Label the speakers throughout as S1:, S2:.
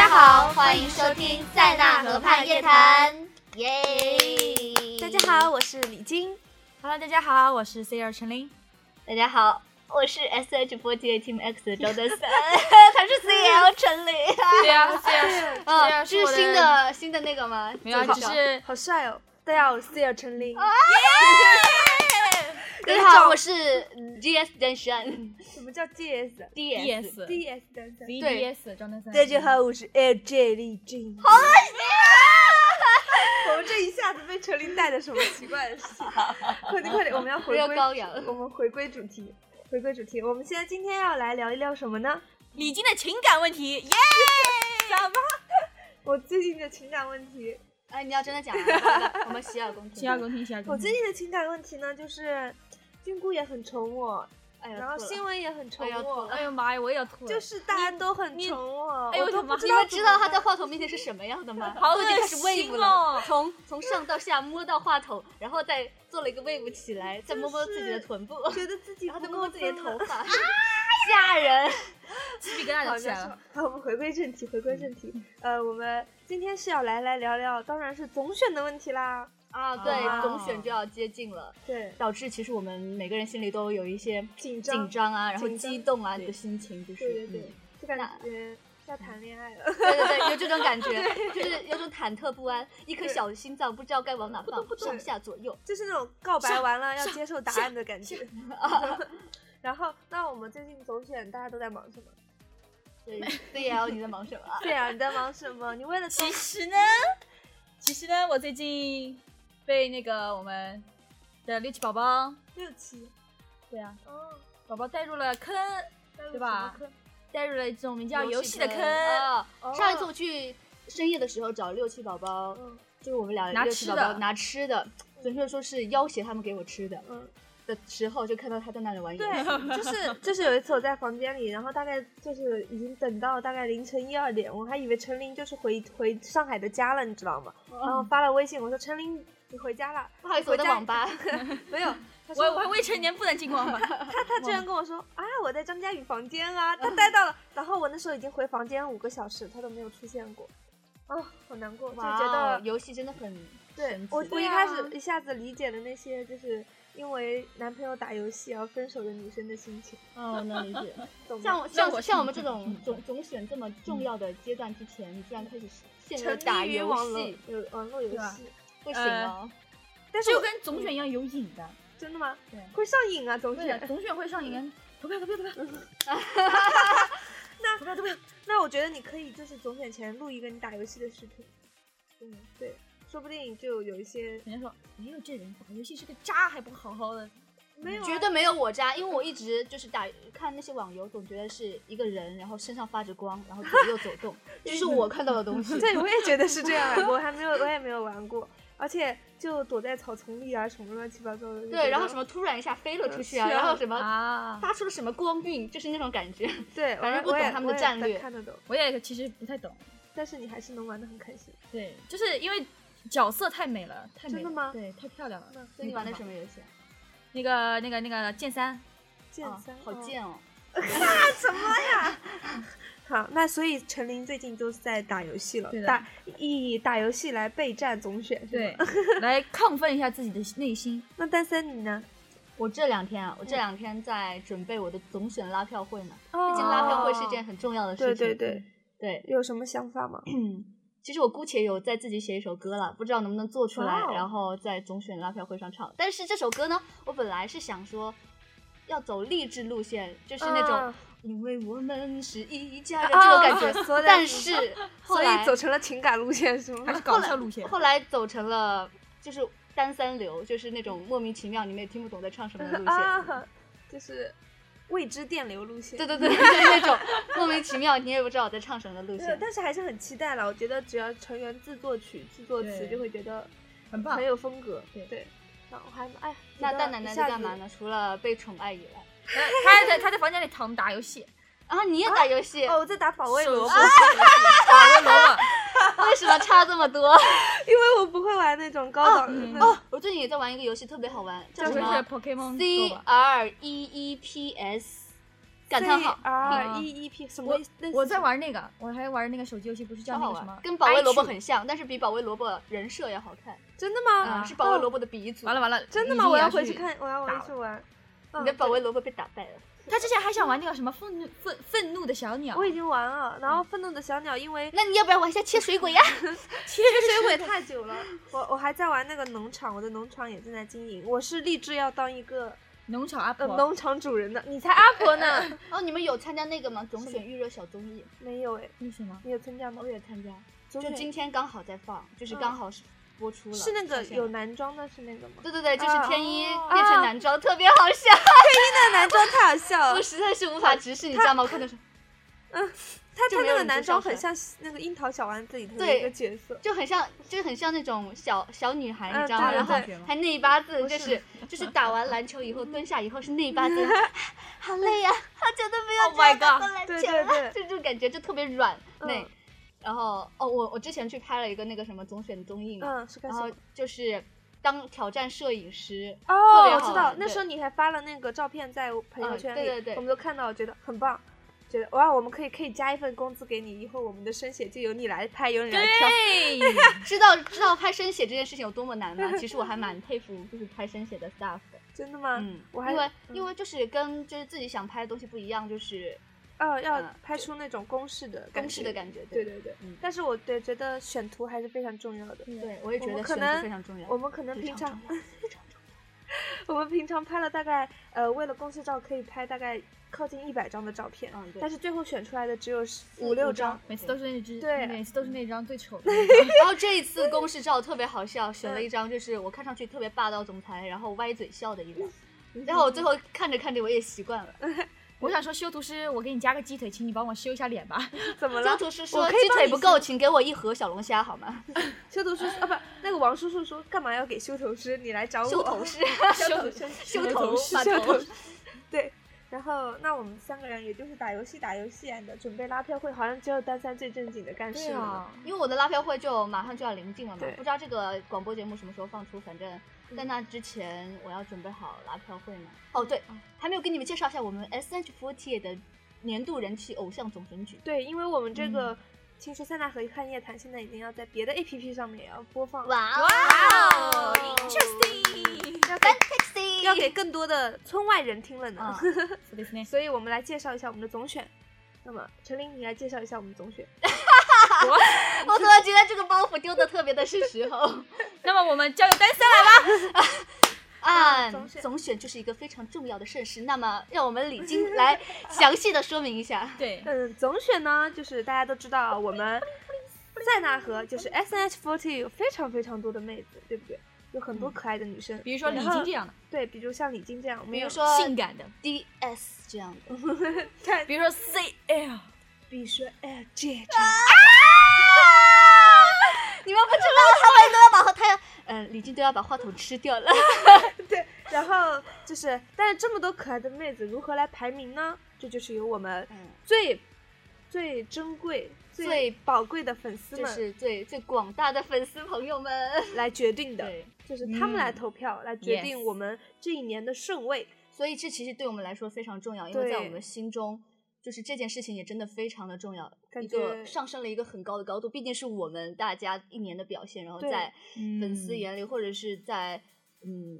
S1: 欢迎收听塞纳河畔夜谈，耶！
S2: 大家，好，我是李晶。
S3: Hello，大家好，我是 C 二陈琳。
S1: 大家好，我是 S H 4 8 Team X 的周德 森，他是 C L 陈 磊
S3: 对 呀、啊，对呀、
S1: 啊，
S3: 对啊
S1: 哦，这
S3: 是
S1: 是
S3: 我
S1: 新的新的那个吗？
S3: 没有啊，
S1: 自己
S3: 只
S1: 找
S3: 是
S2: 好帅哦！大家好，我是 C 尔陈琳。
S1: 哦大
S2: 有
S1: 家
S2: 一
S1: 好，
S2: 种
S1: 我是 G S 登山
S2: 什么叫啊 GS？DS
S1: D S，
S2: 等等。
S3: VDS 张德森。
S2: 大家好，我是 AJ 丽君。好恶
S1: 啊
S2: 心！我们这一下子被陈琳带的什么奇怪的事情？快点快点，我们要
S1: 不
S2: 回
S1: 要
S2: 归，
S1: 高阳。
S2: 我们回归主题，回归主题。我们现在今天要来聊一聊什么呢？
S3: 李晶的情感问题，耶！
S2: 我最近的情感问题，
S1: 哎，你要真的讲啊，我们洗耳恭听。
S3: 洗耳，恭听，洗耳恭
S2: 我
S3: 听
S2: 最。近的情感问题呢，就是菌菇也很宠我，
S1: 哎呀，
S2: 然后
S1: 吐了
S2: 新闻也很宠
S1: 哎呀
S2: 我
S1: 吐，了
S3: 哎呦妈呀，我也要吐了。
S2: 就是大家都很宠我，
S3: 哎呦
S2: 我
S3: 我
S2: 都
S3: 的
S2: 不
S3: 妈
S2: 知
S1: 你
S2: 道
S1: 们
S2: 怎
S1: 知
S2: 么
S1: 道他
S2: 办
S1: 在话筒面前是什么样的吗？
S3: 好
S1: 我已经开始
S3: 恶
S1: wave
S3: 心
S1: 了
S3: 哦，
S1: 从从上到下摸到话筒，然后再做了一个 wave 起来，再摸摸自己的臀部，
S2: 觉得自己
S1: 然后
S2: 不
S1: 再摸
S2: 够
S1: 摸自己的
S2: 分
S1: 头
S2: 了。
S1: 发，吓人！
S3: 鸡皮疙瘩
S2: 好
S3: 都起来
S2: 像
S3: 了。
S2: 是 好，我们回归正题，回归正题。
S1: 嗯
S2: 呃，我们今天是要来来聊聊，当然是总选的问题啦。
S1: 啊，对，
S3: 哦
S1: 总选就要接近了，
S2: 对，
S1: 导致其实我们每个人心里都有一些
S2: 紧张，
S1: 紧张啊，然后
S2: 紧张
S1: 激动啊，你的心情就是
S2: 对对对，
S1: 嗯
S2: 就感
S1: 那
S2: 觉要谈恋爱了。
S1: 对对对，有这种感觉，就是有种忐忑不安，一颗
S2: 对
S1: 小心脏不知道该往哪放，上下左右。
S2: 就是那种告白完了要接受答案的感觉。 然后，那我们最近总选大家都在忙什么？
S1: 对对呀，你在忙什么啊？
S2: 对啊，你在忙什么？你为了
S3: 其实呢，其实呢，我最近被那个我们的六七宝宝，
S2: 六期，
S3: 对啊，
S2: 哦，
S3: 宝宝带入了坑，对吧
S2: 什么
S3: 带入了一种名叫游戏的坑。
S1: 啊
S2: 哦
S1: 上一次我去深夜的时候找六七宝宝，
S2: 课？嗯
S1: 就是我们俩
S3: 拿
S1: 六
S3: 吃
S1: 七宝
S3: 的
S1: 宝拿吃的，准确说是要挟他们给我吃的
S2: 嗯，
S1: 的时候，就看到他在那里玩游戏。
S2: 对， 就是就是有一次我在房间里，然后大概就是已经等到大概凌晨一二点，我还以为陈琳就是回回上海的家了，你知道吗？然后发了微信，我说陈琳你回家了，
S1: 不好意思，我在
S2: 回家
S1: 网吧。
S2: 没有。
S3: 我
S2: 他说
S3: 我还未成年，不能进 网吧。
S2: 他他居然跟我说啊，我在张佳宇房间啊，他待到了。然后我那时候已经回房间五个小时，他都没有出现过，啊、好难过，就
S1: 哇
S2: 觉
S1: 哦
S2: 得
S1: 游戏真的很
S2: 对
S1: 神奇
S2: 我我
S3: 对
S2: 一
S3: 啊
S2: 开始一下子理解了那些就是因为男朋友打游戏而分手的女生的心情，
S1: 哦，能理解。
S2: 懂
S1: 像
S2: 吗？
S1: 我
S3: 那我
S1: 像
S3: 是
S1: 像我们这种总总选这么重要的阶段之前，你居然开始陷入
S2: 沉
S1: 哎打
S2: 迷于
S1: 游
S2: 网络
S1: 戏，
S2: 有网络游
S3: 对吧
S2: 戏，
S1: 不行哦。
S2: 但是
S3: 就
S2: 我
S3: 跟总选一样有瘾的，
S2: 真的吗？
S3: 对
S2: 会上瘾啊，总
S3: 对的，
S2: 选。
S3: 总选会上瘾。投票投票投票！
S2: 那那我觉得你可以就是总选前录一个你打游戏的视频，嗯，对，说不定就有一些
S3: 人家说没有这人打游戏是个渣，还不好好的。
S2: 没有啊
S1: 绝对没有我渣，因为我一直就是打看那些网游，总觉得是一个人，然后身上发着光，然后左右走 动，这是我看到的东西。
S2: 对，我也觉得是这样啊，我还没有，我也没有玩过，而且就躲在草丛里啊，什么乱七八糟的。就 觉
S1: 对，然后
S2: 得
S1: 什么突然一下飞了出去啊，
S2: 是啊
S1: 然后什么
S3: 啊，
S1: 发出了什么光晕，就是那种感觉。
S2: 对，
S1: 反正
S2: 我
S1: 不
S2: 我
S1: 懂
S2: 也
S1: 他们的
S2: 我也
S1: 战
S2: 能
S1: 略
S2: 看得懂，
S3: 我也其实不太懂。
S2: 但是你还是能玩的很开心。
S3: 对，就是因为角色太美了，太美了
S2: 真的吗
S3: 对，太漂亮了。
S1: 所以你玩的什么游戏啊？
S3: 那个那个那个剑
S2: 嗯
S3: 三，
S2: 剑
S1: 啊
S2: 三、
S1: 好
S2: 哦！
S1: 贱哦！
S2: 好，那所以陈琳最近都是在打游戏了
S3: 对，的
S2: 打以打游戏来备战总选。是
S3: 对
S2: 吗，
S3: 来亢奋一下自己的内心。
S2: 那丹森你呢？
S1: 我这两天啊，我这两天在准备我的总选拉票会呢。
S2: 哦
S1: 毕竟拉票会是一件很重要的事
S2: 对
S1: 情。
S2: 对对，
S1: 对
S2: 有什么想法吗？
S1: 其实我姑且有在自己写一首歌了，不知道能不能做出来
S2: 哇哦
S1: 然后在总选拉票会上唱。但是这首歌呢，我本来是想说要走励志路线，就是那种、
S2: 啊
S1: 因为我们是一家人、这种感觉。
S2: 啊所以
S1: 但是后
S2: 所
S1: 来
S2: 以走成了情感路线是吗
S3: 还？是搞笑路线，
S1: 后来走成了就是单三流，就是那种莫名其妙你们也听不懂在唱什么的路线。
S2: 啊，就是未知电流路线。
S1: 对对对，就是那种莫名其妙你也不知道我在唱什么的路
S2: 对，
S1: 线。
S2: 但是还是很期待了。我觉得只要成员自作曲、自作词，
S3: 对
S2: 就会觉得
S3: 很棒
S2: 很。有风格。
S3: 对
S2: 对，那我还哎，
S1: 那
S2: 觉得
S1: 蛋奶奶
S2: 一
S1: 在
S2: 下
S1: 干
S2: 子
S1: 嘛？呢？除了被宠爱以外，
S3: 他还在他在房间里躺打游 戏，
S1: 啊，你也打游戏？
S2: 哦，我在打保卫啊
S3: 手
S2: 萝卜
S3: 手，打萝卜。
S1: 为什么差这么多？
S2: 因为我不会玩那种高档的
S3: 嗯
S2: 那种。
S1: 哦，我最近也在玩一个游戏，特别好玩，叫
S2: 叫
S1: 什
S3: 就是
S1: 么
S3: Pokemon
S1: C
S3: Go 吧
S1: R E E P E S 感叹号
S2: C R
S3: 嗯
S2: E E P 什么意思？类似
S3: 我在
S2: 什么
S3: 玩那个，我还玩那个手机游戏，不是叫
S1: 超
S3: 那
S1: 好
S3: 个什
S1: 玩
S3: 么，？
S1: 跟保卫萝卜
S2: iTree
S1: 很像，但是比保卫萝卜人设要好看。
S2: 真的吗？
S3: 啊
S2: 哦
S1: 嗯，是保卫萝卜的鼻祖。
S3: 完了，完了，
S2: 真的
S3: 已
S2: 吗？
S3: 经
S2: 我要
S3: 去
S2: 回去。看，我要
S3: 打
S2: 回去玩。
S1: 你
S2: 嗯
S1: 的保卫萝卜被打败了。
S3: 他之前还想玩那个什么愤怒愤愤怒的小鸟，
S2: 我已经玩了，然
S1: 嗯
S2: 后愤怒的小鸟因为
S1: 那你要不然我还先切水果 呀？
S2: 切 水果也太久了，我我还在玩那个农场，我的农场也正在经营，我是立志要当一个
S3: 农场阿
S2: 呃
S3: 婆，
S2: 农场主人的，你才阿婆呢？
S1: 哦，你们有参加那个吗？总选预热小综艺，
S2: 没有哎，
S3: 为什么？
S2: 你有参加吗
S1: 我？也参加，
S2: 就
S1: 就今天刚好在放，就是
S3: 嗯
S1: 刚好是播出了。
S2: 是那个
S1: 上线
S2: 有
S1: 了。
S2: 男装的是那个吗？
S1: 对对对，就是
S2: 啊
S1: 天一
S3: 哦
S1: 变成男装，特别好笑，
S2: 那个男装太好
S3: 啊
S2: 笑
S1: 我
S2: 了，
S1: 实在是无法直视，你知道吗？我看的时候
S2: 他
S1: 就
S2: 他
S1: 没
S2: 那
S1: 有
S2: 个
S1: 人
S2: 男
S1: 知
S2: 装
S1: 道
S2: 很
S1: 谁
S2: 像那个樱桃小丸子里头的
S1: 对
S2: 一个角色，
S1: 就很像，就很像那种小小女孩，
S2: 嗯
S1: 你知道
S2: 对
S1: 吗？
S2: 对
S1: 然后
S3: 对
S1: 还内八字，
S2: 不
S1: 就是是就是打完篮球以后蹲下以后是内 八字，好累呀，好久都没有
S3: Oh
S1: 这样
S3: my
S1: 打
S3: god
S1: 过篮
S2: 对
S1: 球
S2: 对
S1: 了，
S2: 对
S1: 就这种感觉就特别软
S2: 嗯
S1: 那。然后哦，我我之前去拍了一个那个什么总选综艺嘛，
S2: 嗯，是干
S1: 然
S2: 什
S1: 后
S2: 么？
S1: 就是当挑战摄影师，特
S2: 哦，
S1: 别
S2: 我
S1: 好
S2: 知道
S1: 玩，
S2: 那
S1: 对
S2: 时候你还发了那个照片在朋友
S1: 嗯
S2: 圈里，
S1: 对对对
S2: 我们都看到了，觉得很棒，觉得哇，我们可以可以加一份工资给你，以后我们的生写就由你来拍，由你来挑。
S3: 对，
S1: 知道知道拍生写这件事情有多么难吗？其实我还 蛮佩服就是拍生写的 staff 的，
S2: 真的吗？
S1: 嗯，
S2: 我还
S1: 因为
S2: 嗯
S1: 因为就是跟就是自己想拍的东西不一样，就是
S2: 呃，要
S1: 嗯
S2: 拍出那种公式的感
S1: 公式的感觉，
S2: 觉。对
S1: 对
S2: 对对，
S1: 嗯
S2: 但是我对觉得选图还是非常重要的。
S1: 对，我也觉
S2: 我
S1: 得
S2: 们可
S1: 选
S2: 能
S1: 择非常重要，
S2: 我们可能
S1: 非
S2: 平
S1: 常
S2: 常
S1: 重要，非常重
S2: 我们平常拍了大概呃，为了公式照可以拍大概靠近一百张的照片，
S1: 要，嗯，对
S2: 但。是最后选出来的只有十五六张。
S3: 每次都是那只，
S2: 对
S3: 每次都是那张最丑的 那张。
S1: 然后这一次公式照特别好笑，选了一张就是我看上去特别霸道总裁，然后歪嘴笑的一张。然后我最后看着看着我也习惯了。
S3: 我想说，修图师，我给你加个鸡腿，请你帮我修一下脸吧。
S2: 怎么
S1: 张
S2: 了？
S1: 厨师
S2: 我
S1: 说
S2: 可以
S1: 鸡
S2: 帮
S1: 腿
S2: 你
S1: 不够，请给我一盒小龙虾好吗？
S2: 修图师啊，不，那个王叔叔说干嘛要给修头师？你来找我。
S1: 修头师，
S2: 修
S1: 修
S2: 修
S1: 头
S2: 是
S1: 把
S2: 修
S1: 头
S2: 头。 对，然后那我们三个人也就是打游戏打游戏啊的，准备拉票会，好像只有单三最正经的 干事了呢。，
S1: 因为我的拉票会就马上就要临近了嘛
S2: 对，
S1: 不知道这个广播节目什么时候放出，反正在那之前我要准备好拉票会嘛。哦，对，还没有跟你们介绍一下我们 S H Forty 的年度人气偶像总选举。
S2: 对，因为我们这
S1: 嗯
S2: 个《听说塞纳河畔夜谈》现在已经要在别的 APP 上面也要播放，
S1: 哇哦
S3: 哇哦
S1: ，interesting，
S2: 要给
S1: fantasy，
S2: 要给更多的村外人听了呢。
S1: 嗯
S3: そうですね。
S2: 所以我们来介绍一下我们的总选。那么陈琳，你来介绍一下我们总选。
S1: 我突然觉得这个包袱丢的特别的是时候。
S3: 那么我们交友单三来吧。
S1: 啊
S2: 总选，
S1: 总选就是一个非常重要的盛事。那么，让我们李晶来详细的说明一下。
S3: 对，
S2: 嗯，总选呢，就是大家都知道我们塞纳河就是 S N H forty 有非常非常多的妹子，对不对？有很多可爱的女生，
S3: 比如说李
S2: 然后
S3: 晶这样的，
S2: 对，比如像李晶这样，我们
S1: 比
S2: 有
S1: 如说
S3: 性感的，
S1: D S 这样的，
S2: 看，
S3: 比如说 C L，
S2: 比如说 L J，
S1: 你们不知道， 他们都要把话，他要，呃，李晶都要把话筒吃掉了。
S2: 对，然后就是，但是这么多可爱的妹子如何来排名呢？这就是由我们
S1: 嗯，
S2: 最最珍贵、
S1: 最
S2: 宝贵的粉丝
S1: 就
S2: 们
S1: 是最最广大的粉丝朋友们。
S2: 来决定的，
S1: 对，
S2: 就是他们来
S3: 嗯
S2: 投票、来决
S3: Yes
S2: 定我们这一年的顺位。
S1: 所以这其实对我们来说非常重要，因为在
S2: 对
S1: 我们心中，就是这件事情也真的非常的重要，
S2: 感
S1: 一
S2: 觉
S1: 个上升了一个很高的高度。毕竟是我们大家一年的表现，然后
S2: 对
S1: 在粉丝
S3: 嗯
S1: 眼里，或者是在嗯，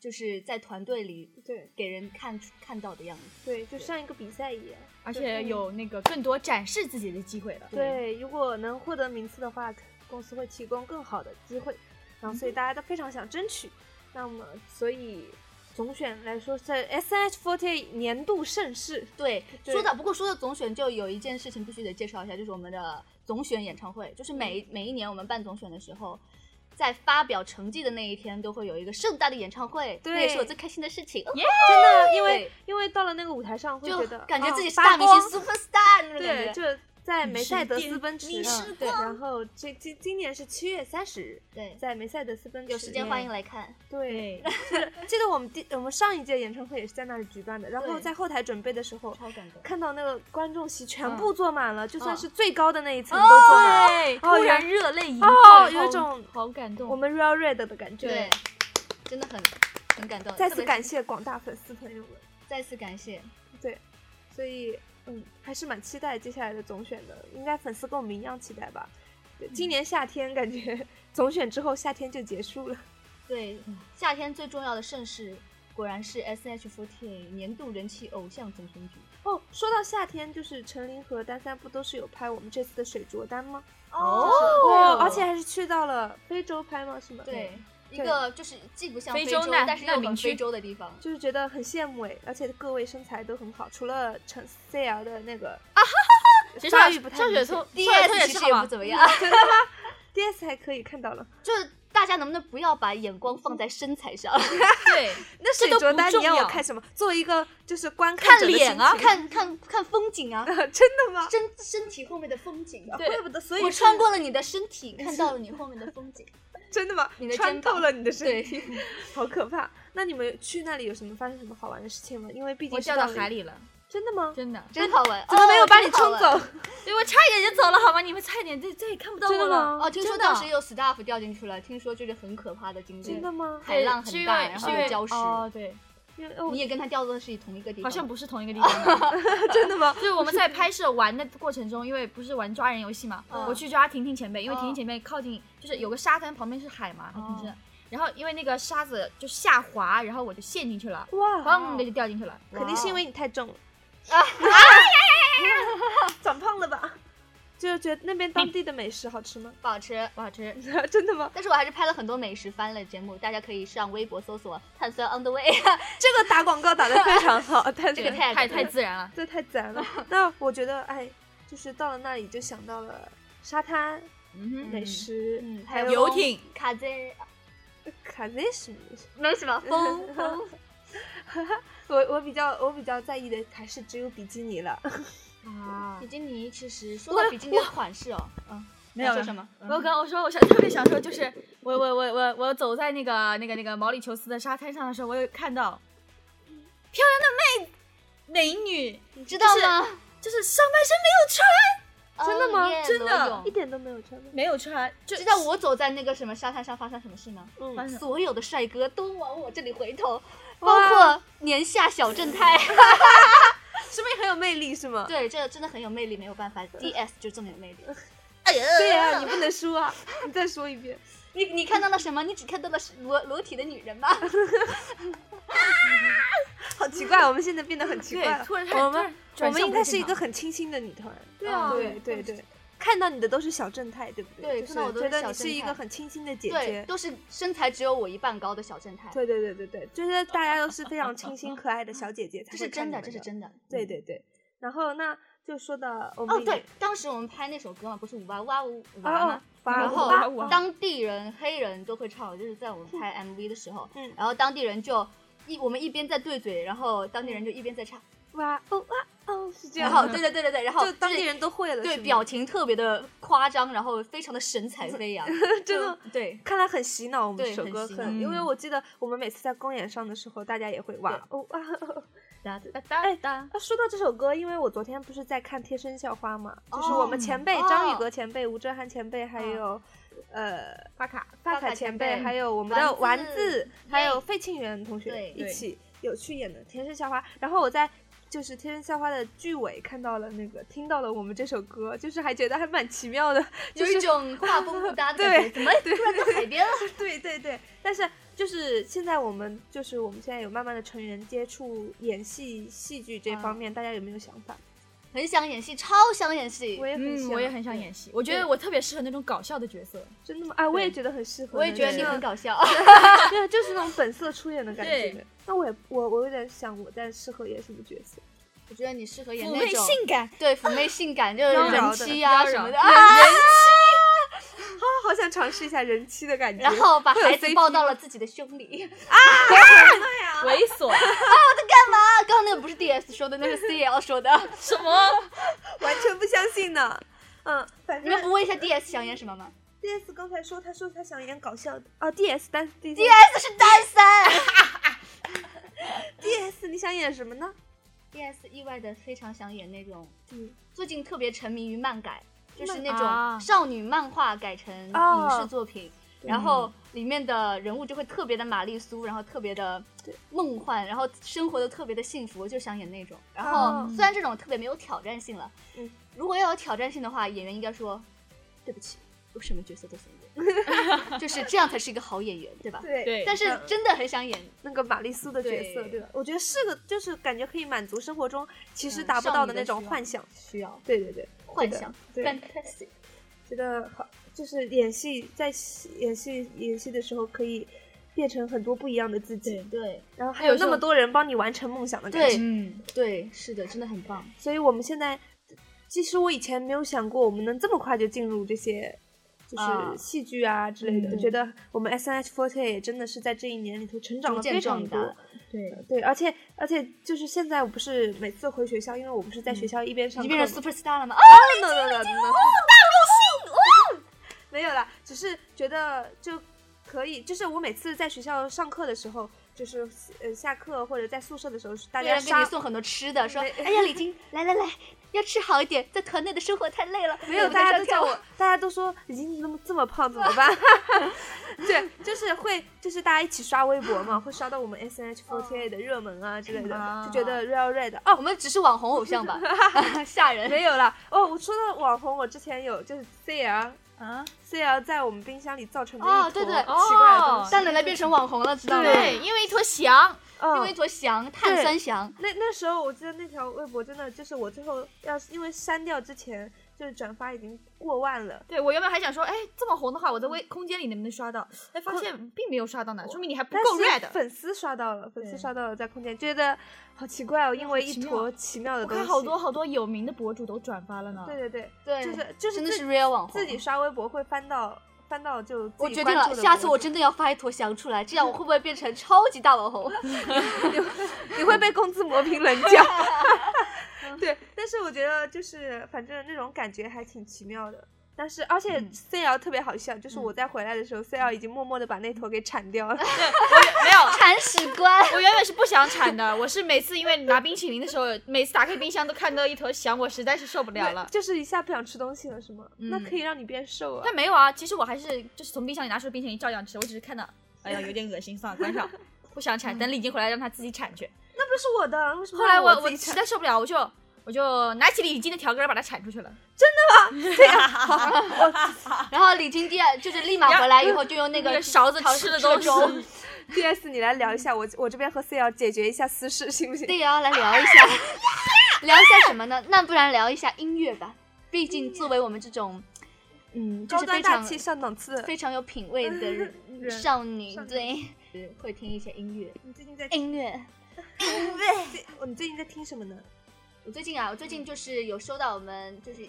S1: 就是在团队里
S2: 对
S1: 给人看出看到的样子。
S2: 对，就像一个比赛一样。
S3: 而
S2: 就
S3: 且
S2: 嗯
S3: 有那个更多展示自己的机
S1: 嗯
S3: 会了。
S2: 对，如果能获得名次的话，公司会提供更好的机会，然后
S1: 嗯
S2: 所以大家都非常想争取。那么，所以总选来说是 S H Forty 年度盛事。
S1: 对，
S2: 对
S1: 说到不过说到总选，就有一件事情必须得介绍一下，就是我们的总选演唱会，就是
S2: 嗯
S1: 每、每一年我们办总选的时候。在发表成绩的那一天，都会有一个盛大的演唱会，
S2: 对
S1: 那也是我最开心的事情。
S2: 真的，因为
S1: 对
S2: 因为到了那个舞台上会
S1: 就
S2: 觉得
S1: 感觉
S2: 哦
S1: 自己是
S2: 发
S1: 大明星
S2: 光
S1: super star 那种
S2: 对，
S1: 感觉。嗯
S2: 就在
S3: 你
S2: 梅
S3: 是
S2: 赛德
S3: 电
S2: 斯奔驰，
S3: 你是
S2: 嗯对，然后这今今年是七月三十日，
S1: 对，
S2: 在梅赛德斯奔驰，
S1: 有时间欢迎来看。
S2: 对，
S3: 对，
S2: 记得我们第我们上一届演唱会也是在那里举办的，然后
S1: 对
S2: 在后台准备的时候，
S1: 超感动
S2: 看到那个观众席全
S1: 嗯
S2: 部坐满了，就算是最高的那一层
S1: 哦
S2: 都坐满了，
S3: 对，
S2: 哦
S3: 突然热泪盈
S2: 哦
S3: 眶，
S2: 有一种
S3: 好感动。
S2: 我们 Real Red 的感觉。
S1: 对，真的很很感动。
S2: 再
S1: 特
S2: 次
S1: 别
S2: 感谢广大粉丝朋友们。
S1: 再次感谢。
S2: 对，所以嗯，还是蛮期待接下来的总选的，应该粉丝跟我们一样期待吧。对
S1: 嗯
S2: 今年夏天感觉 总选之后夏天就结束了，
S1: 对，夏天最重要的盛事果然是 S H f o r t 年度人气偶像总选举。
S2: 哦，说到夏天，就是陈琳和丹三不都是有拍我们这次的水卓丹吗？
S3: 哦
S2: 哦，而且还是去到了非洲拍吗？是吗？
S1: 对，一
S2: 对
S1: 个就是既不像
S3: 非
S1: 非
S3: 洲
S1: 洲，
S3: 难
S1: 但是
S3: 难
S1: 又
S3: 民
S1: 很非
S3: 区
S1: 洲的地方。
S2: 就是觉得很羡慕哎，而且各位身材都很好，除了陈 CL 的那个
S3: 其实
S2: 发育
S3: 上
S2: 不太
S3: 上
S2: 明
S3: 雪
S2: 显
S3: 兔，
S1: D
S3: 上雪兔
S1: S 其实
S3: 是好
S1: 也
S3: 吧
S1: 不怎么样，
S2: DS 还可以看到了，
S1: 就是大家能不能不要把眼光放在身材上，
S3: 对，
S2: 那
S3: 这
S2: 水
S3: 都
S2: 卓
S3: 不
S2: 丹
S3: 重
S2: 你要我
S3: 要
S2: 看什么？作为一个就是观看
S3: 看
S2: 者的
S3: 脸
S2: 心
S3: 啊
S2: 情
S1: 看看看风景 啊，
S2: 真的吗？
S1: 身身体后面的风景啊。
S3: 对
S2: 怪不得，所以
S1: 我
S2: 是
S1: 穿过了你的身体，看到了你后面的风 景。
S2: 真的吗？
S1: 你的
S2: 穿
S1: 肩
S2: 透
S1: 膀
S2: 了你的身
S1: 对
S2: 体， 好可怕。那你们去那里有什么发生什么好玩的事情吗？因为毕竟
S3: 我
S2: 是
S3: 掉到
S2: 了
S3: 海，里了，
S2: 真的吗？
S3: 真的，
S1: 真好玩，
S2: 怎么没有
S1: 哦
S2: 把你
S1: 真好
S2: 冲
S1: 玩
S2: 走？
S3: 对我差一点就走了，好吗？你们差一点，这这也看不到
S2: 真的
S3: 我了。
S2: 吗
S1: 哦，听说
S3: 真的
S1: 当时有 staff 掉进去了，听说这是很可怕的经历。
S2: 真的吗？
S1: 海
S3: 对
S1: 浪很
S3: 是因
S1: 大
S3: 为
S1: 然
S3: 是
S1: 后
S3: 因
S1: 又
S3: 为
S1: 礁石
S3: 哦，对，
S2: 因为哦
S1: 你，也跟他掉落的是同一个地方，
S3: 好像不是同一 个地方的。
S2: 真的吗？
S3: 对，我们在拍摄玩的过程中，因为不是玩抓人游戏嘛，
S1: 嗯
S3: 我去抓婷婷前辈，因为
S1: 哦
S3: 婷婷前辈靠近就是有个沙滩，旁边是海嘛，她
S1: 哦
S3: 平时，然后因为那个沙子就下滑，然后我就陷进去了，
S2: 哇，
S3: 嘣的就掉进去了。
S2: 肯定是因
S1: 哇
S2: 为你太重了，啊哎长胖了 吧？哎就是觉得那边当地的美食好吃吗？
S1: 不好吃。
S3: 不好吃，
S2: 真的吗？
S1: 但是我还是拍了很多美食番类节目，大家可以上微博搜索“碳酸 on the way”，
S2: 这个打广告打得非常好，但
S1: 这个
S2: 是
S1: tag
S3: 太太自然了。
S2: 这太赞 了。那我觉得，哎，就是到了那里就想到了沙滩、
S3: 嗯
S2: 美食，
S1: 嗯
S2: 还
S1: 还
S2: 有
S1: 有
S3: 游艇，
S1: 卡在
S2: 卡内什么的。
S1: 没什么 风风。
S2: 我我比较我比较在意的还是只有比基尼了。
S3: 啊
S1: 比，基尼其实说到比基尼的款式哦，嗯，
S3: 没有啊
S1: 你
S3: 嗯
S1: 说什么？
S3: 我刚我说我想特别想说，就是我我我我我走在那个那个那个毛里求斯的沙滩上的时候，我有看到漂亮的妹美女，
S1: 你知道吗？
S3: 就是上半身没有穿，
S2: 真的吗
S1: 哦耶
S3: 真的
S1: 裸泳
S2: 一点都没有穿吗？
S3: 没有穿，就
S1: 知道我走在那个什么沙滩上发生什么事吗？
S3: 发
S2: 嗯，
S3: 生
S1: 所有的帅哥都往我这里回头，
S2: 哇
S1: 包括年下小正 太。
S2: 是不是很有魅力是吗？
S1: 对，这真的很有魅力，没有办 法，DS 就这么有魅力。
S2: 对哎呀、你不能输啊！ 你再说一遍，
S1: 你你看到了什么？你只看到了是裸裸体的女人吗？
S2: 好奇怪，我们现在变得很奇怪
S3: 对，
S2: 了。
S3: 突然
S2: 我们我们应该是一个
S3: 很
S2: 很清新的女团。
S3: 对啊
S2: 对对对，看到你的都是小正太，对不
S1: 对
S2: 对？就是
S1: 看到我都
S2: 觉
S1: 是
S2: 得
S1: 小
S2: 你是一
S1: 正
S2: 个
S1: 太
S2: 很清新的姐
S1: 对，
S2: 姐。
S1: 都是身材只有我一半高的小正太。
S2: 对对对对对，就是大家都是非常清新可爱的小姐姐，才
S1: 这
S2: 会
S1: 是
S2: 看
S1: 真
S2: 你
S1: 的，
S2: 们
S1: 这是真的。嗯
S2: 对对对，然后那就说到我们
S1: 哦，对，当时我们拍那首歌嘛，不是五八哇五五八
S2: 哦
S1: 吗？，
S2: 八
S1: 然
S2: 五
S1: 后
S2: 八
S3: 五八
S1: 当地人黑人都会唱，就是在我们拍 MV 的时候，
S2: 嗯
S1: 然后当地人就一我们一边在对嘴，然后当地人就一边在唱，
S2: 哇哦哇哦，是这样
S1: 然
S2: 吗。
S1: 后对对对对对，然后
S2: 就当地
S1: 是
S2: 人都会了，
S1: 对
S2: 是吗
S1: 表情特别的夸张，然后非常的神采飞 扬，
S2: 真的。
S1: 就对。
S2: 看来很洗脑，我们
S1: 对
S2: 这首
S1: 很
S2: 歌
S1: 洗脑
S2: 很，因为
S3: 嗯
S2: 我记得我们每次在公演上的时候，大家也会哇哦哇哦。
S3: 哒哒哒
S2: 哎
S3: 哒，
S2: 啊，说到这首歌，因为我昨天不是在看《贴身校花》嘛，就是
S1: 哦
S2: 我们前辈
S1: 哦
S2: 张宇格前辈、吴哲涵前辈，还
S1: 嗯
S2: 有呃
S3: 发卡，
S2: 发
S1: 发
S2: 卡
S1: 卡
S2: 前
S1: 前
S2: 辈，
S1: 辈
S2: 还有我们的
S1: 丸
S2: 丸
S1: 子
S2: 子，还有
S1: 耶
S2: 费庆元同学
S1: 对
S2: 一
S3: 对
S2: 起有去演的《天生校花》。然后我在就是《天生校花》的剧尾看到了那个，听到了我们这首歌，就是还觉得还蛮奇妙的，就
S1: 有
S2: 是
S1: 一种画风不搭的感觉，
S2: 对
S1: 怎么突然到海边了？
S2: 对对对。但是就是现在我们就是我们现在有慢慢的成员接触演戏戏剧这方
S1: 嗯
S2: 面，大家有没有想法？
S1: 很想演戏，超想演戏
S2: 我。也很
S3: 嗯，
S2: 想，
S3: 我也很想演戏，我觉
S2: 对
S3: 得我特别适合那种搞笑的角色，
S2: 真的吗？啊，我也
S3: 对
S2: 觉得很适合呢。
S1: 我也觉得
S2: 就
S1: 你
S2: 是
S1: 很搞 笑，
S2: 对，就是那种本色出演的感觉
S3: 对。
S2: 那我也我我有点想，我在适合演什么角色？
S1: 我觉得你适合演
S3: 妩
S1: 那
S3: 媚
S1: 种
S3: 性感，
S1: 对妩媚性感，就是
S2: 妖娆
S1: 人
S2: 的
S1: 妻啊
S3: 妖
S1: 什
S3: 娆
S1: 么
S3: 的
S1: 的啊，
S2: 啊，好想尝试一下人妻的感觉。
S1: 然后把
S2: 会有
S1: 孩子
S2: CP
S1: 抱到了自己的胸里。
S3: 猥琐，
S1: 啊，刚刚那个不是 DS 说的，那是 CL 说的。
S3: 什 么？
S2: 完全不相信呢。嗯，反
S1: 你
S2: 正
S1: 们不问一下 DS 想演什么吗
S2: D S 刚才说，他说他想演搞笑的哦，D S 但 D D
S1: ？DS 是单身。
S2: D S 你想演什么呢？
S1: DS 意外的非常想演那种
S2: 嗯，
S1: 最近特别沉迷于漫改，就是那
S3: 啊
S1: 种少女漫画改成
S2: 哦
S1: 影视作品，然后里面的人物就会特别的玛丽苏，然后特别的梦幻，然后生活的特别的幸福，就想演那种。然后
S2: 哦
S1: 虽然这种特别没有挑战性了，
S2: 嗯
S1: 如果要有挑战性的话，演员应该说对不起，我什么角色都想演， 就是这样才是一个好演员，对吧？
S2: 对嗯
S3: 对
S1: 但是真的很想演，
S2: 那个玛丽苏的角色，
S1: 对
S2: 对吧？我觉得是个，就是感觉可以满足生活中其实
S1: 嗯
S2: 达不
S1: 少
S2: 到
S1: 女
S2: 的
S1: 的
S2: 那种
S1: 需要
S2: 幻想。
S1: 需要
S2: 对对对，
S1: 幻想
S2: 对
S1: fantasy。
S2: 觉得好，就是演戏，在戏演戏演戏的时候可以变成很多不一样的自己，
S1: 对
S2: 然后还
S3: 还有
S2: 有
S3: 时
S2: 那么
S3: 候
S2: 多人帮你完成梦想的感
S1: 对
S2: 觉。
S3: 嗯，
S1: 对，是的，真的很棒。
S2: 所以我们现在，其实我以前没有想过我们能这么快就进入这些。就是
S1: 啊
S2: 戏剧啊之类的，
S1: 嗯
S2: 觉得我们 S N H f o r t 也真的是在这一年里头成长
S1: 逐
S2: 了
S1: 渐
S2: 非常
S1: 壮
S2: 多。
S1: 大对，
S2: 对，而且而且就是现在我不是每次回学校，因为我不是在学校一边上
S1: 你嗯
S2: 课
S1: 变
S2: 嘛，
S1: 成 super star 了吗？啊，
S2: no no no no，大明星哇！没有啦，只是觉得就可以，就是我每次在学校上课的时候，就是呃下课或者在宿舍的时候，
S1: 大
S2: 大家
S1: 家给
S2: 杀
S1: 你送很多吃的，说
S2: 没
S1: 哎呀，李晶，来来来，要吃好一点，在团内的生活太累了。
S2: 没有，
S1: 我们
S2: 大家
S1: 上
S2: 都
S1: 跳
S2: 叫
S1: 舞
S2: 我，大家都说已经那么这么胖怎么办？ 对，就是会，就是大家一起刷微博嘛，会刷到我们 S N H f o r t 的热门啊之类的，就觉得 Real Red 哦，
S1: 我们只是网红偶像吧，吓人。
S2: 没有啦。哦，我说到网红，我之前有就是 C L
S3: 啊，
S2: C L 在我们冰箱里造成的
S1: 哦
S2: 一
S1: 对
S2: 坨奇
S1: 对
S2: 怪的东
S3: 哦
S2: 西，
S1: 但奶奶变成网红了，知道吗？
S3: 对，因为一坨 翔，
S2: 嗯
S1: 因为一坨翔，碳酸翔，
S2: 那那时候我记得那条微博真的就是我最后要是因为删掉之前就是转发已经过万了，
S3: 对我原本还想说，哎，这么红的话，我在微空间里能不能刷到？哎，发现并没有刷到呢，说明你还不
S2: 但
S3: 够
S2: 是
S3: red。
S2: 粉丝刷到了，粉丝
S3: 对
S2: 刷到了在空间，觉得好奇怪哦，因为一
S3: 奇妙
S2: 坨奇妙的
S3: 我
S2: 东西，
S3: 看好多，好多有名的博主都转发了呢。
S2: 对对对，
S1: 对，
S2: 就是就是
S1: 真的
S2: 自
S1: 是 real 网红。
S2: 自己刷微博会翻到翻到就自己
S1: 哦我决定
S2: 关注
S1: 了，
S2: 的
S1: 下次
S2: 博
S1: 我
S2: 主
S1: 真的要发一坨翔出来，这样我会不会变成超级大网红？
S2: 你会被工资磨平棱角。对，但是我觉得就是反正那种感觉还挺奇妙的。但是而且
S1: 嗯
S2: C L 特别好笑，就是
S1: 嗯
S2: 我在回来的时候，C L 已经默默的把那坨给铲掉了。
S3: 没有，
S1: 铲屎官，
S3: 我原本是不想铲的，我是每次因为拿冰淇淋的时候，每次打开冰箱都看到一坨翔，我实在是受不了了
S2: 对。 就是一下不想吃东西了，是吗？那
S1: 嗯
S2: 可以让你变瘦啊
S3: 但。没有啊，其实我还是就是从冰箱里拿出冰淇淋照样吃，我只是看到，哎呀有点恶心，算了关上，不想铲，等李晶回来让他自己铲去。
S2: 那不是我的，为什么
S3: 后来
S2: 让我
S3: 我
S2: 自
S3: 我
S2: 己
S3: 实
S2: 铲？
S3: 在受不了，我就我就拿起李晶的条根儿把它铲出去了。
S1: 然后李晶第二就是立马回来以后就用那
S3: 那
S1: 个
S3: 个勺子吃的东西
S1: 盅
S2: P.S. 你来聊一下，我我这边和 C L 解决一下私事，行不行？
S1: 对呀、来聊 一下，聊一下什么呢？那不然聊一下音乐吧，毕竟作为我们这种，嗯，就
S2: 高
S1: 是
S2: 端
S1: 非
S2: 大
S1: 常
S2: 气上档次。
S1: 非常有品味的人
S2: 人
S1: 少女
S2: 少，女
S1: 对，会听一些音乐，
S2: 你最近
S3: 哎
S2: 在
S1: 音乐。
S2: 对，我你最近在听什么呢？
S1: 我最近啊，我最近就是有收到我们就是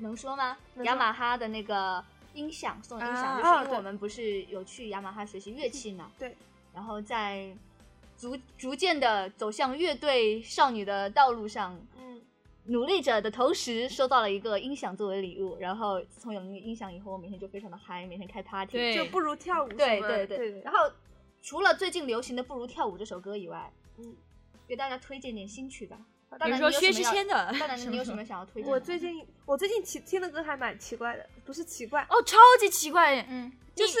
S1: 能说吗？
S2: 能说
S1: 雅马哈的那个音响送的音响，
S2: 啊
S1: 就是
S2: 哦
S1: 因为
S2: 对
S1: 我们不是有去雅马哈学习乐器嘛，
S2: 对，
S1: 然后在逐逐渐的走向乐队少女的道路上，
S2: 嗯，
S1: 努力着的同时，收到了一个音响作为礼物，然后自从有了那个音响以后，我每天就非常的嗨，每天开 party。
S3: 对
S2: 就不如跳舞什么。
S1: 对
S2: 对
S1: 对对。然
S2: 后
S1: 后除了最近流行的《不如跳舞》这首歌以外，
S2: 嗯，
S1: 给大家推荐点新曲吧。
S3: 比
S1: 当
S3: 如
S1: 然
S3: 说
S1: 你有
S3: 薛
S1: 什
S3: 之
S1: 么要
S3: 谦的，
S1: 当然，你有什么想要推荐的？
S2: 我最近我最近奇听的歌还蛮奇怪的，不是奇怪，
S3: 哦，超级奇怪，
S1: 嗯，
S2: 就是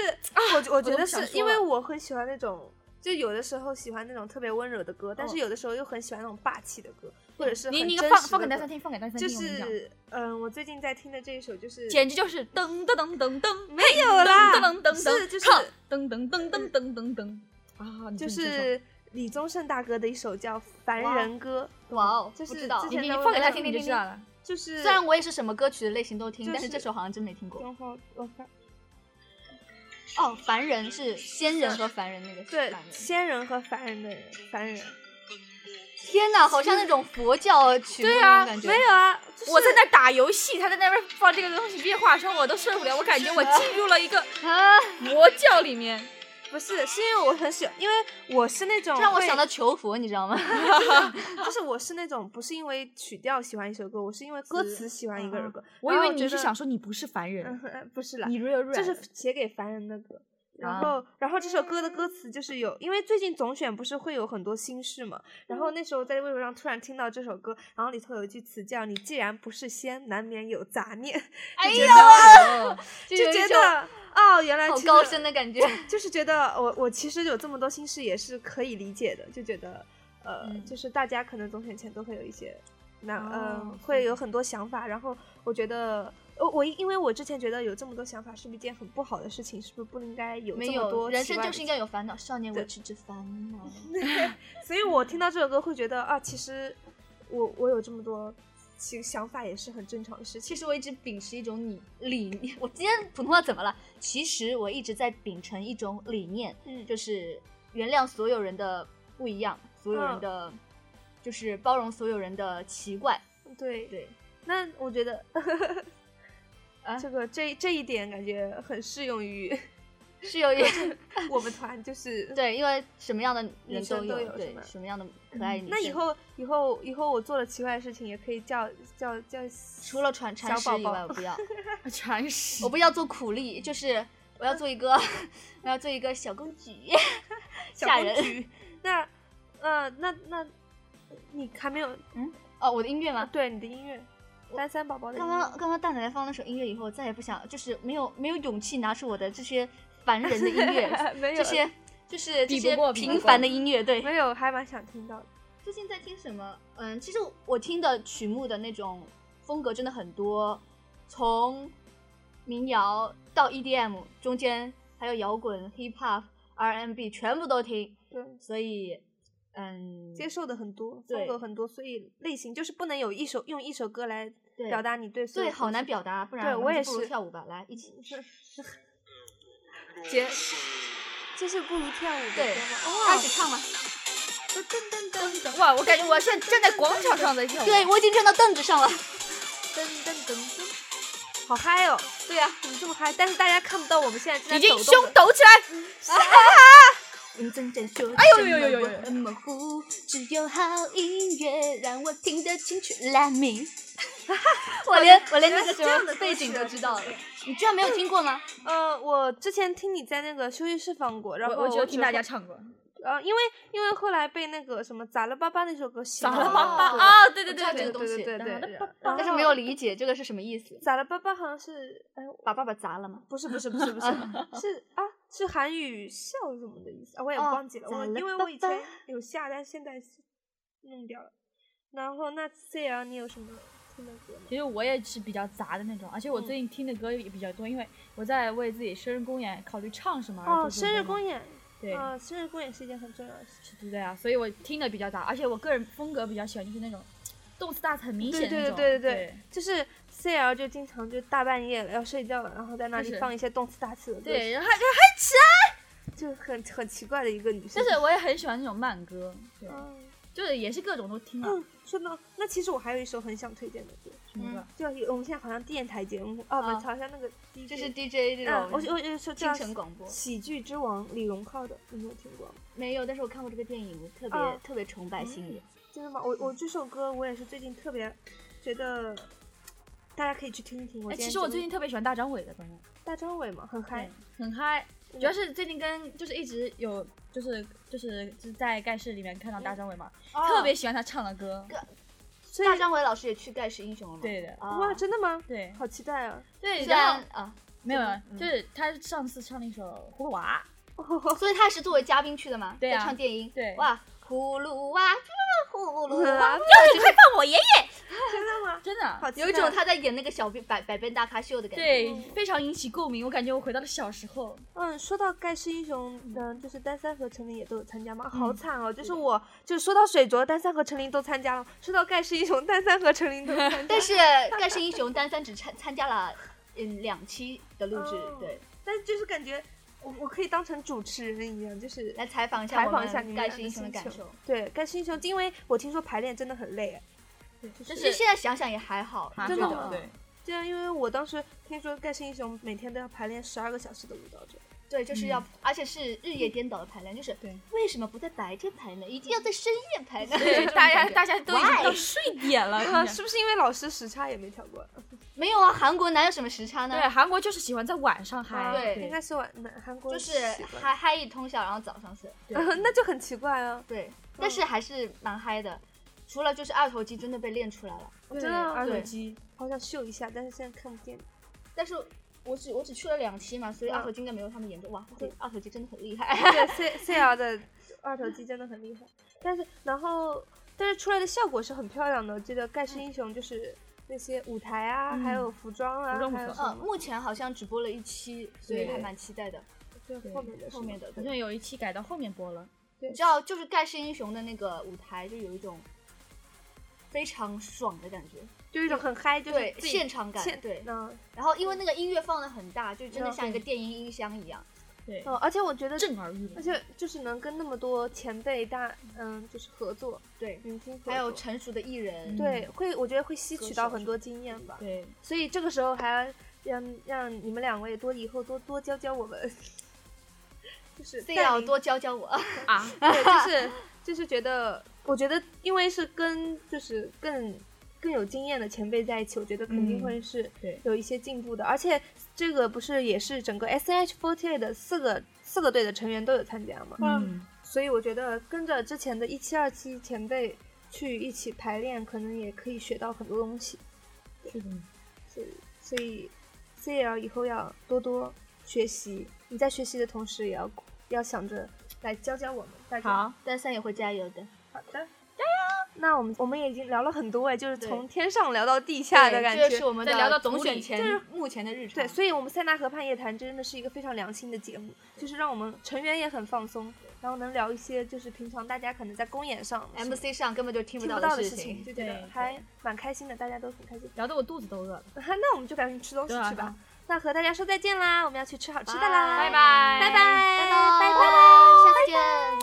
S2: 我我觉
S3: 都
S2: 得
S3: 不
S2: 是
S3: 想
S2: 因
S3: 说
S2: 为
S3: 了
S2: 我很喜欢那种。就有的时候喜欢那种特别温柔的歌，但是有的时候又很喜欢那种霸气的歌，或者是
S3: 哦你
S2: 很
S3: 你
S2: 真
S3: 放
S2: 实
S3: 放
S2: 的
S3: 给大
S2: 歌
S3: 家听，放给大家听，
S2: 就
S3: 我跟你讲
S2: 是嗯，我最近在听的这一首就是
S3: 简直就是噔噔噔噔噔，
S2: 没有啦
S3: 噔噔噔噔，
S2: 是就是
S3: 唱噔噔噔噔噔噔噔啊，你
S2: 就
S3: 说你说你说
S2: 是李宗盛大哥的一首叫《凡
S1: 哇
S2: 人歌
S1: 哇哦，
S2: 就是
S1: 不知道
S2: 之
S3: 你
S2: 前。
S3: 你
S2: 的
S3: 你
S2: 我
S3: 放
S2: 在
S3: 给他
S2: 这
S3: 听
S2: 里
S3: 你就
S2: 听
S3: 知道了。》，
S2: 就是
S1: 虽然我也是什么歌曲的类型都听，
S2: 就是
S1: 但是这首好像真没听过。
S2: 然后我发
S1: 哦，凡人是仙人和凡人那个
S2: 对
S1: 凡人
S2: 仙人和凡人的人凡人，
S1: 天哪，好像那种佛教曲目
S3: 对
S1: 那
S3: 啊
S1: 种感觉。
S2: 没有啊，就是
S3: 我在那打游戏，他在那边放这个东西，别化妆，我都受不了。我感觉我进入了一个
S1: 啊，
S3: 魔教里面。
S2: 不是，是因为我很喜欢，因为我是那种
S1: 这让我
S2: 会
S1: 想到求佛，你知道吗？
S2: 就是我是那种不是因为曲调喜欢一首歌，我是因为歌
S1: 词
S2: 词喜欢一个人歌。
S3: 我以
S2: 然
S3: 为
S2: 后
S3: 你
S2: 觉
S3: 是
S2: 得
S3: 想，说你不是凡人，
S2: 嗯不是啦，
S3: 你 real real
S2: 就是写给凡人的歌。
S1: 啊
S2: 然后，然后这首歌的歌词就是有，因为最近总选不是会有很多新事嘛，然
S1: 嗯
S2: 后那时候在微博上突然听到这首歌，然后里头有一句词叫“你既然不是仙，难免有杂念”，
S3: 哎
S2: 就
S3: 呦
S2: 觉得、
S1: 就
S2: 就
S1: 有一
S2: 觉
S1: 种
S2: 得哦，原来
S1: 好
S2: 其实
S1: 高深的感觉。
S2: 就是觉得我我其实有这么多心事也是可以理解的，就觉得呃，
S1: 嗯
S2: 就是大家可能总选前都会有一些那
S3: 哦
S2: 呃，会有很多想法，然后我觉得。呃我我因为我之前觉得有这么多想法是不是一件很不好的事情，是不是不应该有
S1: 没
S2: 这么
S1: 有，
S2: 多
S1: 人
S2: 奇
S1: 生
S2: 怪
S1: 就
S2: 的
S1: 是应该有烦恼，少年
S2: 对
S1: 维持之烦恼。
S2: 所以我听到这首歌会觉得啊，其实我我有这么多其想法也是很正常的 事
S1: 其
S2: 情。
S1: 实我一直秉持一种理理念，我今天普通话怎么了？其实我一直在秉承一种理念，
S2: 嗯就
S1: 就是原谅所有人的不一样，所有人的、就是包容所有人的奇怪。
S2: 嗯对
S1: 对，
S2: 那我觉得，
S1: 啊
S2: 这个这这一点感觉很适用于
S1: 是 有一
S2: 我们团，就是。
S1: 对，因为什么样的人
S2: 女生
S1: 有，嗯
S2: 都有是
S1: 对
S2: 吧，
S1: 什么样的可爱女生。
S2: 那以后以后以后我做了奇怪的事情，也可以叫叫叫
S1: 除了传
S2: 小
S1: 铲屎
S2: 宝
S1: 以
S2: 宝
S1: 外，我不要，
S3: 全是
S1: 我不要做苦力，就是我要做一个， 我要做一个小公举，
S2: 小
S1: 吓
S2: 公
S1: 人
S2: 举。那呃那那，你还没有
S1: 哦，我的音乐吗？
S2: 对你的音乐，单三宝宝的音
S1: 刚
S2: 乐
S1: 刚刚刚蛋仔放那首音乐以后，我再也不想，就是没有没有勇气拿出我的这些烦人的音 乐，
S2: 没有
S1: 这些就是这
S3: 比不
S1: 些
S3: 过比不
S1: 平
S3: 过
S1: 凡的音乐。对，
S2: 没有，还蛮想听到的。
S1: 最近在听什么？嗯，其实我听的曲目的那种风格真的很多，从民谣到 EDM，中间还有摇滚、hip hop、R&B，全部都听。
S2: 对，
S1: 所以，嗯，
S2: 接受的很多，
S1: 对
S2: 风格很多，所以类型就是不能有一首用一首歌来
S1: 对
S2: 表达你对所有
S1: 对
S2: 东
S1: 好
S2: 西
S1: 难表达，不然
S2: 对
S1: 们
S2: 我
S1: 就
S2: 也
S1: 不如
S2: 是
S1: 跳舞吧，来一起。
S2: 结，就是不如跳舞的
S1: 对
S2: 歌吗？
S1: 开
S2: 哦，
S1: 始唱了。
S2: 噔噔噔噔
S3: 哇，我感觉我像站在广场上在跳舞。
S1: 对，我已经站到凳子上 了。
S2: 噔噔噔噔，好嗨哦！
S1: 对呀、
S2: 怎么这么嗨？但是大家看不到我们现在正在
S3: 已经
S2: 抖动
S3: 胸
S2: 的
S3: 抖起来。
S1: 认真在 说，
S3: 哎呦呦呦呦呦
S1: 很模糊，只有好音乐让我听得清楚。Let me，我连我连那个
S2: 原来是这样
S1: 什么
S2: 的歌
S1: 背景
S2: 曲
S1: 都
S2: 啊
S1: 知道了，你居然没有听过吗？
S2: 呃，我之前听你在那个休息室放过，然后
S3: 我我只有听大家
S2: 只
S3: 唱过。
S2: 会，呃，因为因为后来被那个什么咋了巴巴那首歌洗脑
S3: 咋了
S2: 了，
S1: 了
S3: 巴
S1: 巴
S3: 巴
S1: 巴
S3: 啊？对对
S1: 对
S3: 对
S1: 对
S3: 对
S2: 对
S1: 对
S2: 对对对
S3: 咋了
S2: 对，然后
S1: 但是没有理解这个是什么意思，
S2: 咋了巴巴好像是哎，
S1: 把爸爸砸了吗？
S2: 不是不是不是 不是是啊，是韩语笑什么的意思啊？我也
S1: 哦
S2: 忘记了，
S1: 咋
S2: 我
S1: 了
S2: 因为
S1: 爸
S2: 我以
S1: 爸
S2: 前有下，但现在是弄掉了。然后那 C L 你有什么听的歌吗？
S3: 其实我也是比较杂的那种，而且我
S2: 嗯
S3: 最近听的歌也比较多，因为我在为自己生日公演考虑唱什么而
S2: 哦，
S3: 做准
S2: 生
S3: 备
S2: 日
S3: 嘛
S2: 公演，
S3: 对，
S2: 啊，生日公演是一件很重要的事情。
S3: 对对啊，所以我听的比较杂，而且我个人风格比较喜欢就是那种动次打次很明
S2: 对
S3: 显
S2: 对
S3: 那
S2: 对
S3: 种，对
S2: 对对，就是 C L 就经常就大半夜了要睡觉了，然后在那
S3: 就
S2: 里
S3: 是
S2: 放一些动次打次的歌，
S3: 对，，然后还
S2: 就很很奇怪的一个女生。
S3: 就是我也很喜欢那种慢歌，对，
S2: 嗯
S3: 就是也是各种都听了，
S2: 嗯，说到那其实我还有一首很想推荐的歌，
S3: 什么歌？
S2: 就有我们现在好像电台节目啊，不
S3: 哦
S1: 啊
S2: 好像那个
S1: 就是
S2: DJ
S1: DJ 这种，
S2: 嗯，我我就说
S1: 京
S2: 叫
S1: 城广播
S2: 喜剧之王李荣浩的，你有听过吗？
S1: 没有，但是我看过这个电影，特别、
S2: 哦
S1: 特别崇拜星爷。
S2: 真的吗？我我这首歌我也是最近特别觉得，大家可以去听一听。我
S3: 哎，
S2: 今天
S3: 其实我
S2: 觉得
S3: 最近特别喜欢大张伟的歌，
S2: 大张伟嘛很嗨
S3: 对，，很嗨。
S2: 嗯
S3: 主要是最近跟就是一直有就是就是就是在盖世里面看到大张伟嘛，特别喜欢他唱的歌。
S2: 所以
S1: 大张伟老师也去盖世英雄了吗？
S3: 对的
S1: 啊、
S2: 哇，真的吗？
S3: 对
S2: 好期待啊！
S3: 对，
S1: 虽
S3: 然
S1: 然
S3: 后
S1: 啊，
S3: 没有，
S1: 嗯
S3: 就是他上次唱了一首《葫芦娃
S1: 所以他是作为嘉宾去的嘛，
S3: 对啊
S1: 在唱电音，
S3: 对
S1: 哇，葫芦娃，葫芦娃
S2: 哇，》，
S3: 你 快放我爷爷！
S2: 真的吗？
S3: 真的，
S2: 好期待
S1: 有一种他在演那个小变百百变大咖秀的感觉。，
S3: 对，非常引起共鸣。我感觉我回到了小时候。
S2: 嗯，说到盖世英雄，嗯，就是单三和陈琳也都有参加嘛，好
S3: 嗯
S2: 惨哦！就是我，就是说到水卓，单三和陈琳都参加了；说到盖世英雄，单三和陈琳都参加了。
S1: 但是盖世英雄单三只参参加了嗯两期的录制，
S2: 哦
S1: 对，
S2: 但是就是感觉我我可以当成主持人一样，就是
S1: 来采访一下
S2: 采访一下
S1: 我
S2: 你
S1: 们
S2: 们
S1: 盖
S2: 俩
S1: 世英雄的
S2: 的
S1: 感
S2: 心
S1: 受
S2: 情。对，盖世英雄，因为我听说排练真的很累，
S3: 就
S1: 其实
S3: 是啊
S1: 现在想想也还好，
S3: 还
S1: 真
S2: 真
S1: 的
S2: 的
S3: 好
S2: 吗
S3: 对，
S2: 对啊，因为我当时听说盖世英雄每天都要排练十二个小时的舞蹈者，
S1: 对，就是要，而且是日夜颠倒的排练，就是
S3: 对
S1: 为什么不在白天排呢？一定要在深夜排呢？
S3: 对，大家大家都已经到
S1: Why？
S3: 睡点了，
S2: 啊，
S3: 真的
S2: 是不是因为老师时差也没调过？
S1: 没有啊，韩国哪有什么时差呢？
S3: 对，韩国就是喜欢在晚上嗨。
S1: 对
S2: 应该是晚南韩国
S1: 就是嗨嗨一通宵，然后早上睡。
S2: 那就很奇怪啊，
S1: 对，但是还是蛮嗨的。除了就是二头肌真的被练出来了，
S2: 我真的
S3: 二
S1: 对
S3: 头肌。
S2: 好想秀一下，但是现在看不见。
S1: 但是我只我只去了两期嘛，所以
S2: 嗯
S1: 二头肌应该没有他们严重。哇，二头
S2: 对
S1: 二头肌真的很厉害。
S2: 对，C C R 的二头肌真的很厉害，但是然后但是出来的效果是很漂亮的。我记得盖世英雄就是那些舞台啊，还有服装啊，
S3: 服装
S2: 还有
S3: 服
S2: 什
S1: 嗯，
S2: 么
S1: 目前好像只播了一期，所以
S3: 对
S1: 还蛮期待的。
S2: 对后面的
S1: 后面的，
S3: 好
S1: 对
S3: 像有一期改到后面播了，
S1: 你知道，就是盖世英雄的那个舞台，就有一种非常爽的感觉，
S2: 就一种很嗨，就是
S1: 对，
S2: 自己
S1: 现场感
S2: 现，
S1: 对。
S2: 嗯
S1: 然后因为那个音乐放的很大，就真的
S2: 嗯
S1: 像一个电音音箱一样。
S3: 对，
S2: 哦，而且我觉得
S3: 震耳欲聋
S2: 而。且就是能跟那么多前辈大，嗯，就是合作，
S1: 嗯对，
S2: 明星合作
S1: 还有成熟的艺人，
S3: 嗯
S2: 对，会我觉得会吸取到
S1: 歌手
S2: 很多经验吧。
S3: 对，
S2: 所以这个时候还要让让你们两位多以后多多教教我们， 就是
S1: 这
S2: 带
S1: 要
S2: 领
S1: 多教教我。
S3: 啊，
S2: 对，就是就是觉得，我觉得因为是跟就是更更有经验的前辈在一起，我觉得肯定
S3: 嗯
S2: 会是
S3: 对
S2: 有一些进步的。而且这个不是也是整个 S H 4 8的四个四个队的成员都有参加嘛，
S3: 嗯，
S2: 所以我觉得跟着之前的一期、二期前辈去一起排练，可能也可以学到很多东西。
S3: 是的，
S2: 所以所以 C L 以后要多多学习，你在学习的同时也要要想着来教教我们大家。
S3: 好，
S1: 丹三也会加油的。
S2: 好的，加油！那我们我们也已经聊了很多哎，就是
S1: 对
S2: 从天上聊到地下的
S1: 对
S2: 感
S1: 这
S2: 觉。
S1: 就是我们的
S3: 再聊到
S1: 总
S3: 土里
S1: 选前
S2: 就是
S1: 目前的日常。
S2: 对，所以我们塞纳河畔夜谈真的是一个非常良心的节目，就是让我们成员也很放松，然后能聊一些就是平常大家可能在公演上
S1: MC 上根本就听
S2: 听不
S1: 到
S2: 到
S1: 的
S2: 的事
S1: 情。
S2: 就觉得
S3: 对
S2: 还蛮开心的，大家都挺开心。
S3: 聊得我肚子都饿了，
S2: 那我们就赶紧吃东西
S3: 对啊
S2: 去吧。那和大家说再见啦，我们要去吃好吃的啦，
S1: 啊拜
S3: 拜拜
S2: 拜拜
S1: 拜拜
S2: 拜
S1: 拜，下次见。